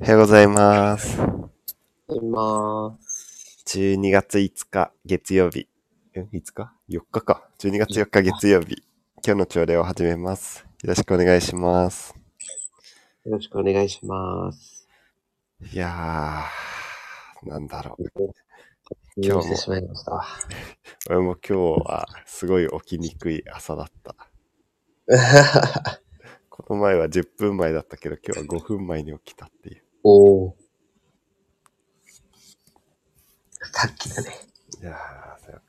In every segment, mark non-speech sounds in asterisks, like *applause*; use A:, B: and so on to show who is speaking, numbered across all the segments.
A: おはようございます。
B: います。
A: 12月5日月曜日。え5日 ?4 日か。12月4日月曜日。今日の朝礼を始めます。よろしくお願いします。
B: よろしくお願いします。
A: いやー、なんだろう。日も
B: 今日してしまいましたわ。
A: 俺も今日はすごい起きにくい朝だった。この前は10分前だったけど、今日は5分前に起きたっていう。
B: おお。さっきだね。
A: いやー、そう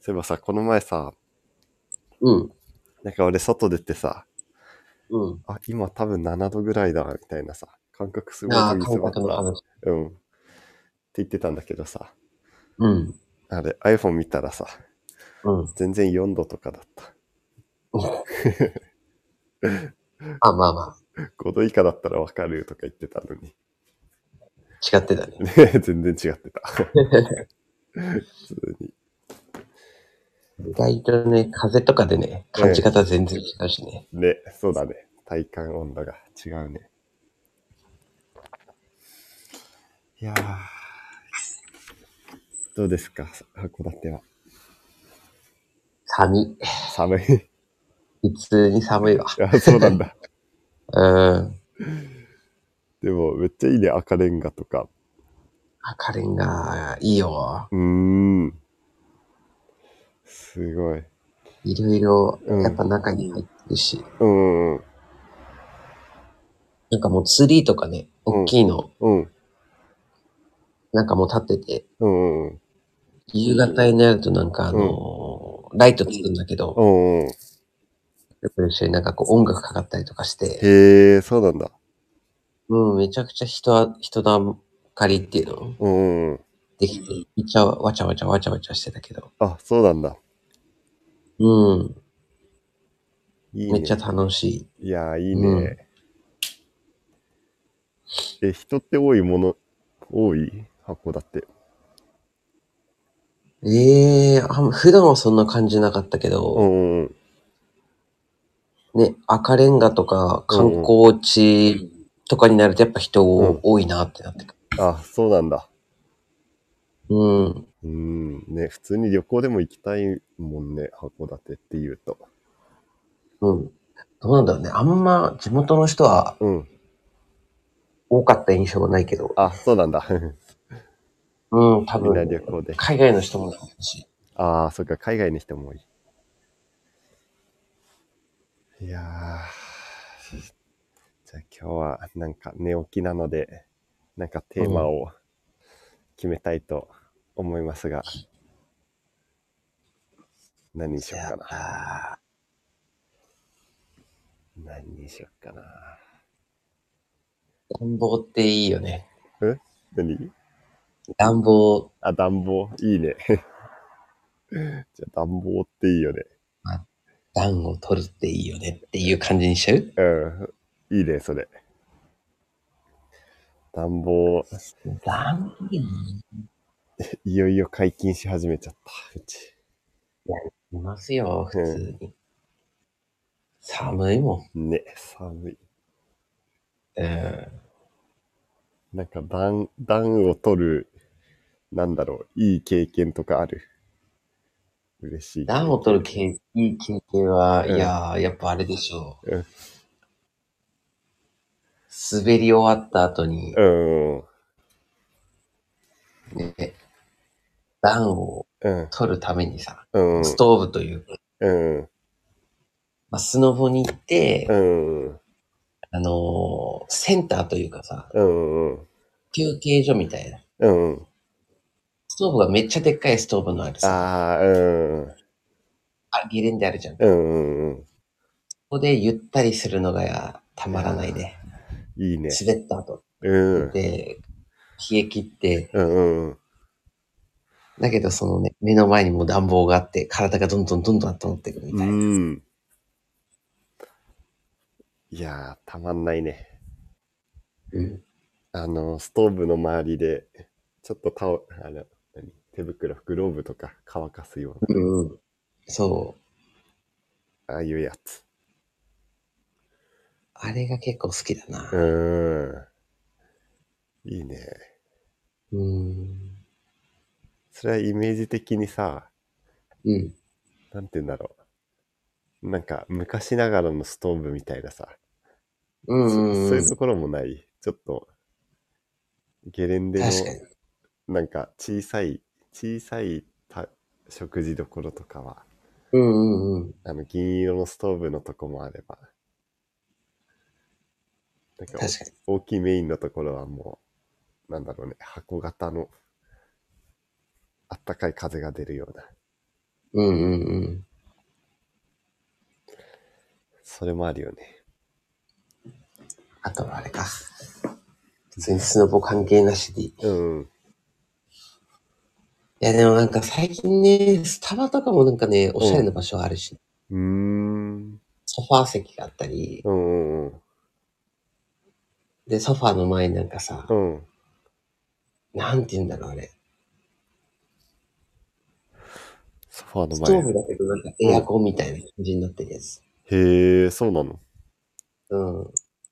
A: そういえばさ、この前さ、
B: うん。
A: なんか俺外出てさ、
B: うん。
A: あ、今多分7度ぐらいだ、みたいなさ、感覚すごい
B: ああ、
A: 研ぎ
B: 感
A: 澄まっ
B: 覚の
A: た。
B: 話。
A: うん。って言ってたんだけどさ、
B: うん。
A: あれ iPhone 見たらさ、
B: うん。
A: 全然4度とかだった。
B: あ、まあま
A: 5度以下だったらわかるとか言ってたのに。
B: あ。違ってたね。
A: ね *laughs* 全然違ってた。普通に。
B: 意外とね、風とかでね、感じ方全然違うしね。
A: ね、そうだね。体感温度が違うね。いやー。どうですか函館は。
B: 寒い。
A: 寒い。
B: 普通に寒いわ。
A: あ、そうなんだ。
B: うん。
A: でも、めっちゃいいね、赤レンガとか。
B: 赤レンガ、いいよ。
A: うーん。すごい。
B: いろいろ、
A: うん
B: やっぱ中に入ってるし。
A: うんうん
B: なんかもうツリーとかね、
A: うん
B: 大きいの、
A: うん。
B: なんかもう立ってて、
A: うんうん。
B: 夕方になるとなんかあのーライトつくんだけど、
A: うんうん。
B: よく一緒になんかこう音楽かかったりとかして、
A: へえ、そうなんだ。
B: うん、めちゃくちゃ人は、人だかりっていうの
A: うんうんうん。
B: できて、いちゃわちゃわちゃわちゃわちゃしてたけど、
A: あ、そうなんだ。
B: うん、
A: いいね。
B: めっちゃ楽しい。
A: いやー、いいね。
B: うん
A: え、人って多いもの、多い箱だって。
B: ええあん普段はそんな感じなかったけ
A: う
B: ど、
A: んうん。
B: ね、赤レンガとか観光地とかになるとやっぱ人
A: うん
B: 多いなってなってく
A: あ、そうなんだ。
B: る。うん、
A: うん。ね、普通に旅行でも行きたいもんね、函館っていうと。
B: うん。どうなんだろうね。あんま地元の人は
A: うん。
B: 多かった印象がないけど、
A: あ、そうなんだ。
B: うん、多
A: *laughs* みんな
B: 分、
A: 旅行で。
B: 海外の人も多いし、
A: ああ、そっか、海外の人も多い。いやー、 *laughs* じゃあ今日はなんか寝起きなので、なんかテーマを決めたいと思いますが、何にしようかな。
B: あ
A: 何にしようかな。
B: ー暖房っていいよね。
A: 何
B: 暖房、
A: あ、暖房。いいね。 *laughs* じゃあ暖房っていいよね。
B: 暖を取るっていいよねっていう感じにしちゃう
A: うん。いいね、それ。暖房、
B: 暖房いい
A: いよいよ解禁し始めちゃった。うち。
B: ますよ、普通に。寒いも
A: ね、寒い。
B: ん。うん。
A: なんか暖、暖を取る、なんだろう、いい経験とかある。嬉しい。
B: 暖を取る経いい経験は、
A: うん
B: いやー、やっぱあれでしょう。
A: うん
B: 滑り終わった後に、
A: うん。うん。
B: ね、暖を
A: うん。
B: 取るためにさ、
A: うん。
B: ストーブというか、
A: うん。
B: まあ、スノボに行って、
A: うん。
B: あのーセンターというかさ、
A: うん。
B: 休憩所みたいな。
A: うん。
B: ストーブがめっちゃでっかいストーブのある
A: あ
B: さ、
A: あ、うん。
B: あゲレンデあるじゃん。こ
A: うん。うん。
B: こでゆったりするのがやたまらないね。
A: いいね。
B: 滑った後。
A: うん。
B: で、冷え切って、
A: うん。うん。
B: だけどそのね、目の前にもう暖房があって、体がどんどんどんどん温まってくるみ
A: う
B: たいな。
A: ん。いやー、たまんないね。
B: うん。
A: あの、ストーブの周りで、ちょっとタオあの、何手袋、グローブとか乾かすよう
B: うん。そう。
A: な、ああいうやつ。
B: あれが結構好きだな。
A: うーん。いいね。
B: うん。
A: それはイメージ的にさ、
B: うん。
A: なんて言うんだろう。なんか昔ながらのストーブみたいなさ、
B: うん
A: そ
B: うん
A: そうい
B: うん
A: う。ところもない。ちょっと、ゲレンデの
B: 確かに。
A: なんか小さい、小さいた食事どころとかは、
B: うんうんうん。
A: あの銀色のストーブのとこもあれば、なんか
B: 確かに。
A: 大きいメインのところはもう、なんだろうね、箱型の、あったかい風が出るような、
B: うんうんうん。
A: それもあるよね。
B: あとはあれか。別にスノボ関係なしでいい。い
A: うん。
B: やでもなんか最近ね、スタバとかもなんかね、おしゃれな場所あるし、
A: うーん。
B: ソファー席があったり、
A: うんうんうん。
B: で、ソファーの前になんかさ
A: う、ん。
B: なんて言うんだろうあれ。
A: ソファーの
B: ストー
A: 前。
B: ブだけどなんかエアコンみたいな感じになってるやつ。
A: へえ、そうなの。
B: うん。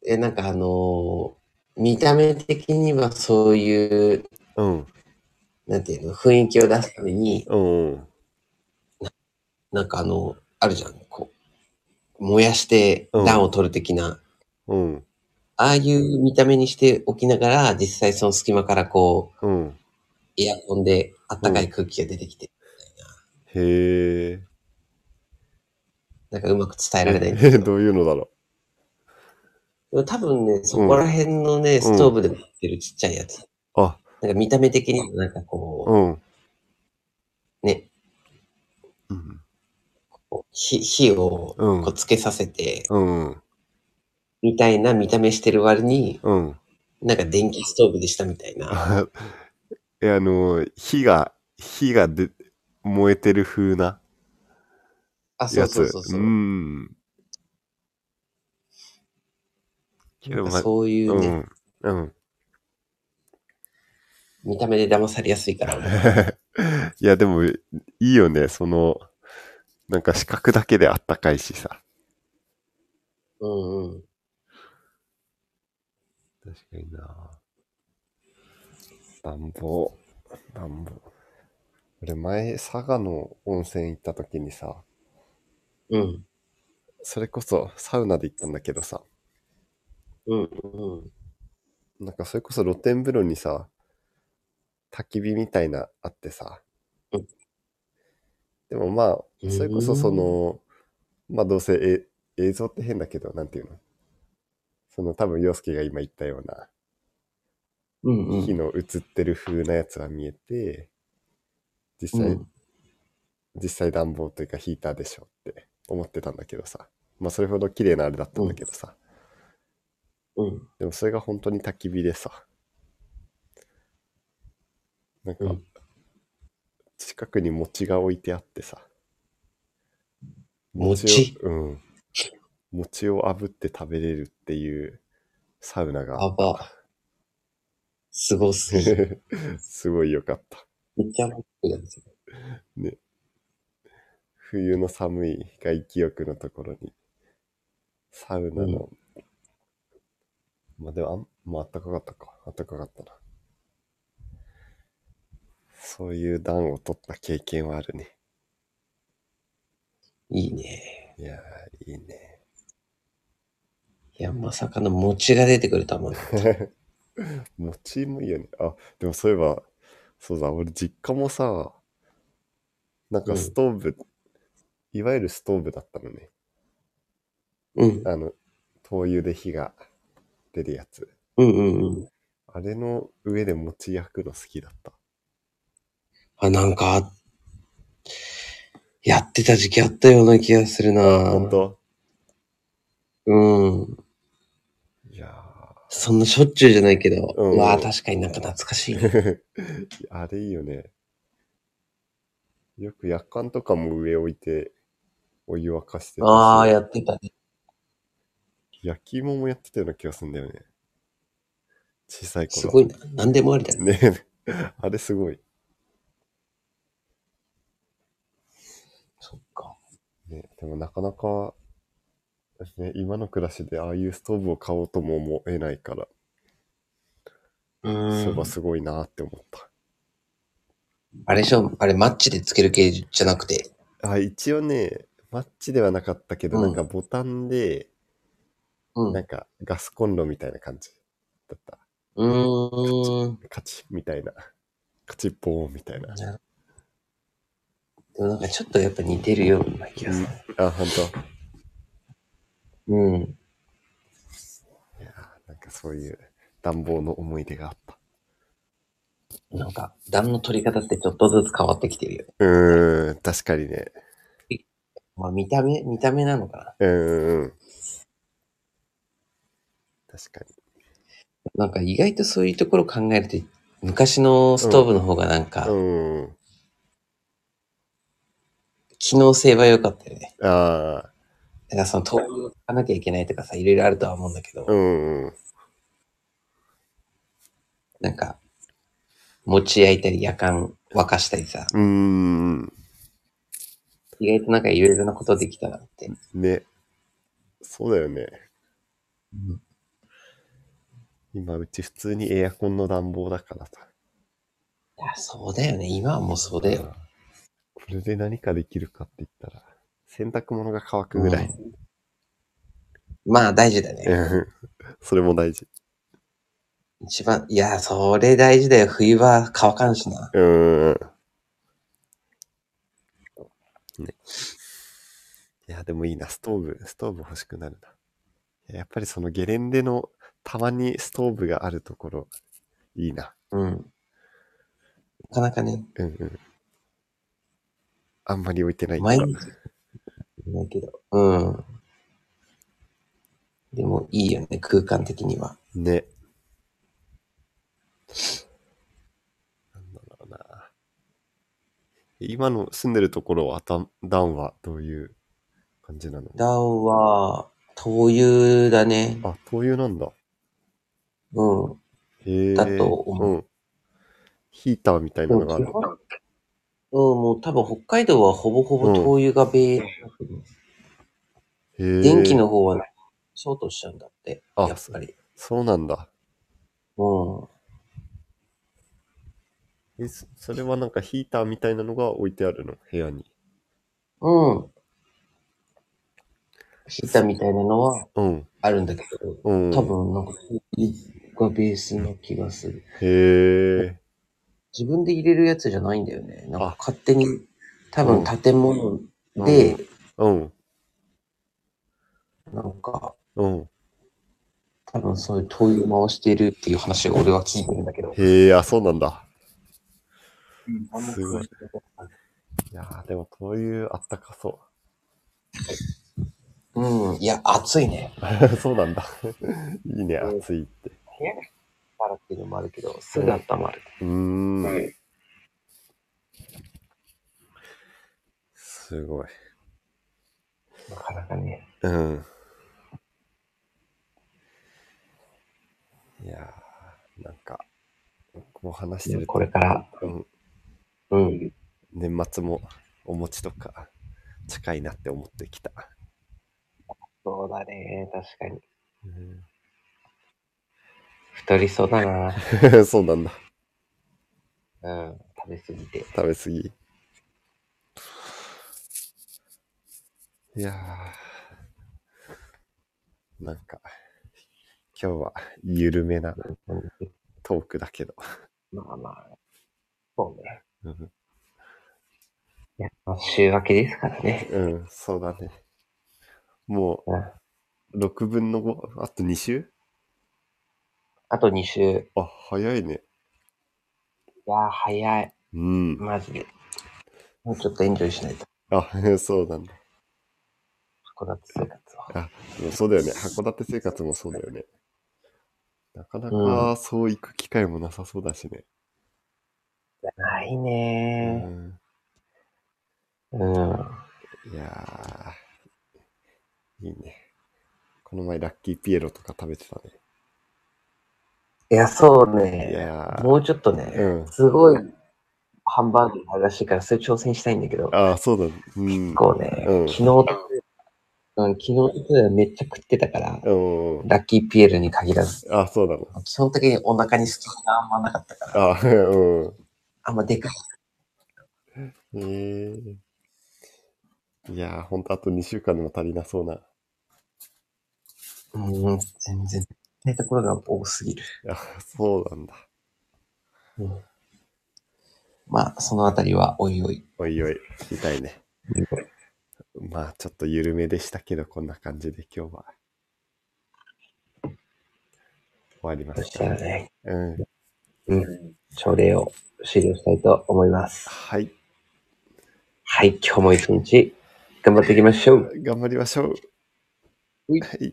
B: え、なんかあのー見た目的にはそういう、
A: うん。
B: なんていうの、雰囲気を出すために、
A: うんうん。
B: なんかあの、あるじゃん、こう、燃やして暖を取る的な、
A: うん。
B: ああいう見た目にしておきながら、実際その隙間からこう、
A: うん。
B: エアコンで暖かい空気が出てきて、
A: へえ。
B: なんかうまく伝えられないんだ *laughs* け
A: え
B: ど。
A: *laughs* どういうのだろ
B: でも多分ね、そこら辺のね、ストーブでも売ってるちっちゃいやつ。
A: う。あ、
B: なんか見た目的にもなんかこ
A: うん。
B: う、ね、
A: うん。
B: こう火火を
A: うん
B: こうつけさせて、
A: うん。
B: みたいな見た目してる割に、
A: うん。
B: なんか電気ストーブでしたみたいな。
A: あ *laughs* え、あの、火が、火がで燃えてる風な
B: あ、そ
A: や
B: うそ
A: つ。
B: うそうそうう。
A: ん。けど、
B: なん
A: ま
B: か
A: あ、
B: そういううね、
A: ん。うん。 *laughs*
B: 見た目で騙されやすいから。俺
A: いや、でも、いいよね。その、なんか視覚だけであったかいしさ。
B: うんうん。
A: 確かにな暖房。暖房。俺前、佐賀の温泉行った時にさ、
B: うん。
A: それこそサウナで行ったんだけどさ、
B: うんうん。
A: なんかそれこそ露天風呂にさ、焚き火みたいなあってさ
B: うん、
A: でもまあ、
B: うん
A: それこそその、まあどうせえ映像って変だけど、なんていうのその多分洋介が今言ったような、
B: うん *laughs* う
A: 火
B: ん。
A: の映ってる風なやつは見えて、実
B: う
A: 際、
B: ん、
A: 実際暖房というかヒーターでしょって思ってたんだけどさ、まあそれほど綺麗なあれだったんだけどさ、
B: うん。
A: でもそれが本当に焚き火でさ、なんか
B: うん、
A: 近くに餅が置いてあってさ、
B: 餅
A: をうん。餅を炙って食べれるっていうサウナが
B: や、ば。すごすぎる。
A: *laughs* すごい良かった。
B: めっちゃ面白いやつ。
A: 冬の寒い外気浴のところに、サウナの、まあでもあん、まあ暖かかったか。暖かかったな。そういう暖を取った経験はあるね。
B: いいね。
A: いやー、いいね。
B: いや、まさかの餅が出てくるとは思う。
A: 餅もいいよね。あ、でもそういえば、そうだ、俺実家もさ、なんかストーブ、いわゆるストーブだったのね。
B: うん。
A: あの、灯油で火が出るやつ。
B: うんうんうん。
A: あれの上で餅焼くの好きだった。
B: あ、なんか、やってた時期あったような気がするな
A: 本当
B: うん。
A: いや
B: そんなしょっちゅうじゃないけど、
A: うん
B: うわあ確かになんか懐かしい。
A: ー *laughs* あれいいよね。よく薬缶とかも上置いて、お湯沸かしてたし
B: ああ、やってたね。
A: 焼き芋もやってたような気がするんだよね。小さい頃。
B: すごいな。何でもありだね。
A: ね *laughs* あれすごい。
B: そっか。
A: ね、でもなかなか、ね、今の暮らしでああいうストーブを買おうとも思えないから、
B: うん
A: そばすごいなって思っ
B: あれでしょあれ、マッチでつける系じゃなくて。
A: た。あ、一応ね、マッチではなかったけど、
B: うん
A: なんかボタンで、
B: うん。
A: なん
B: う
A: かガスコンロみたいな感じだった。
B: ーん。
A: カチッみたいな。カチッボーンみたいな。
B: でもなんかちょっとやっぱ似てるような気がする。
A: あ、ほんと。
B: うん。
A: いやーなんかそういう暖房の思い出があった。
B: なんか、暖の取り方ってちょっとずつ変わってきてるよね。
A: うーん、確かにね。
B: まあ、見た目、見た目なのか
A: う
B: な。
A: ーん。確か
B: なんか意外とそういうところ考えると、昔のストーブの方がなん
A: に。う
B: か、
A: ーん。
B: 機能性は良かったよね。
A: ああ、
B: だからその、灯油を買わなきゃいけないとかさ、いろいろあるとは思うんだけど、
A: うん。
B: なんか、持ち焼いたり、夜間沸かしたりさ、
A: うーん。
B: 意外となんかいろいろなことできたなって。
A: ね。そうだよね。今、うち普通にエアコンの暖房だからさ。
B: いや、そうだよね。今はもうそうだよ。
A: これで何かできるかって言ったら、洗濯物が乾くぐらい。
B: まあ、大事だね。
A: うん *laughs* それも大事。
B: 一番、いや、それ大事だよ。冬は乾かんしな。
A: うーん。ね。いや、でもいいな、ストーブ、ストーブ欲しくなるな。いややっぱりそのゲレンデのたまにストーブがあるところ、いいな。
B: うん。なかなかね、
A: うんうん。あんまり置いてない
B: 毎日。ないけど。うん。でも、いいよね。空間的には。
A: ね。なんだろうな。今の住んでるところは、暖暖はどういう感じなの
B: ダウは、灯油だね。
A: あ、灯油なんだ。
B: うん。
A: へえ。
B: だと思
A: うん。ヒーターみたいな
B: うん、
A: のがある。
B: もう多分北海道はほぼほぼ灯油が米、
A: へー
B: 電気。の方はショートしちゃうんだって。
A: あ
B: やっぱり。
A: そうなんだ。
B: うん。
A: え、そそれはなんかヒーターみたいなのが置いてあるの部屋に。
B: うん。ヒーターみたいなのは
A: うん。
B: あるんだけど、
A: うん。
B: 多。分なんか、がベースの気がする。
A: へえ。
B: 自分で入れるやつじゃないんだよね。なん
A: あ
B: か勝手に、多
A: うん
B: 分建物で、
A: うん。
B: なんか、
A: うん。
B: 多分そういう灯油を回しているっていう話を俺は聞いてるんだけど。
A: へえ、あ、そうなんだ。すごい
B: い。
A: いやーでもこういうあったかそ
B: うん。いや、暑いね。
A: う。 *laughs* そうなんだ。いいね、
B: うん
A: 暑いって。
B: だからっていうのもあるけど、すぐ温まる。
A: うーん。
B: はい
A: すごい。
B: なかなかね。
A: うん。いやーなんか、僕も話してると
B: これから、
A: うん、
B: うん。
A: 年末もお餅とか近いなって思ってきた。
B: そうだね。確かに。
A: う
B: 太りそうだな。
A: ん *laughs* そうなんだ。
B: うん、食べ過ぎて。
A: 食べ過ぎ。いやーなんか、今日は緩めなトークだけど。
B: まあまあ、そうね。
A: うん
B: いや、まあ週明けですからね。
A: うん、そうだね。も
B: うん、
A: う、6分の5、あと2週
B: あと2週。い
A: あ、早いね。
B: や、早い。
A: うん。
B: マジで。もうちょっとエンジョイしないと。
A: あ、 *laughs* そうなんだ。
B: 函館生活は。
A: あ、でもそうだよね。函館生活もそうだよね。なかなかそう行く機会もなさそうだしね。
B: ない
A: うん
B: ねー。うん。
A: いやー、いいね。この前、ラッキーピエロとか食べてた
B: いや、そう
A: ね。い
B: ね。
A: やー、
B: もうちょっとね、
A: うん
B: すごいハンバーグがあるらしいから、それ挑戦したいんだけど、
A: あーそうだ、うん
B: 結。構ね、
A: うん
B: 昨日、うん昨日とかめっちゃ食ってたから、
A: うんうん。
B: ラッキーピエールに限らず。
A: あ、そうなの。
B: 基本的にお腹に隙間があんまなかったから、
A: あ、うん。
B: あんまでかい。
A: えー、いやー、ほんとあと2週間でも足りなそうな。
B: うん、全然。ないところが多すぎる。
A: あ、そうなんだ。
B: うん、まあ、そのあたりはおいおい。
A: おいおい、聞きたいね。まあ、ちょっと緩めでしたけど、こんな感じで今日は。終わりま
B: そ
A: し。
B: したたらね、
A: うん。
B: うん、朝礼を終了したいと思います。
A: はい。
B: はい、今日も一日頑張っていきましょう。
A: 頑張りましょう。
B: うい
A: はい。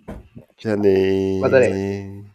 A: じゃあねー。
B: また
A: ね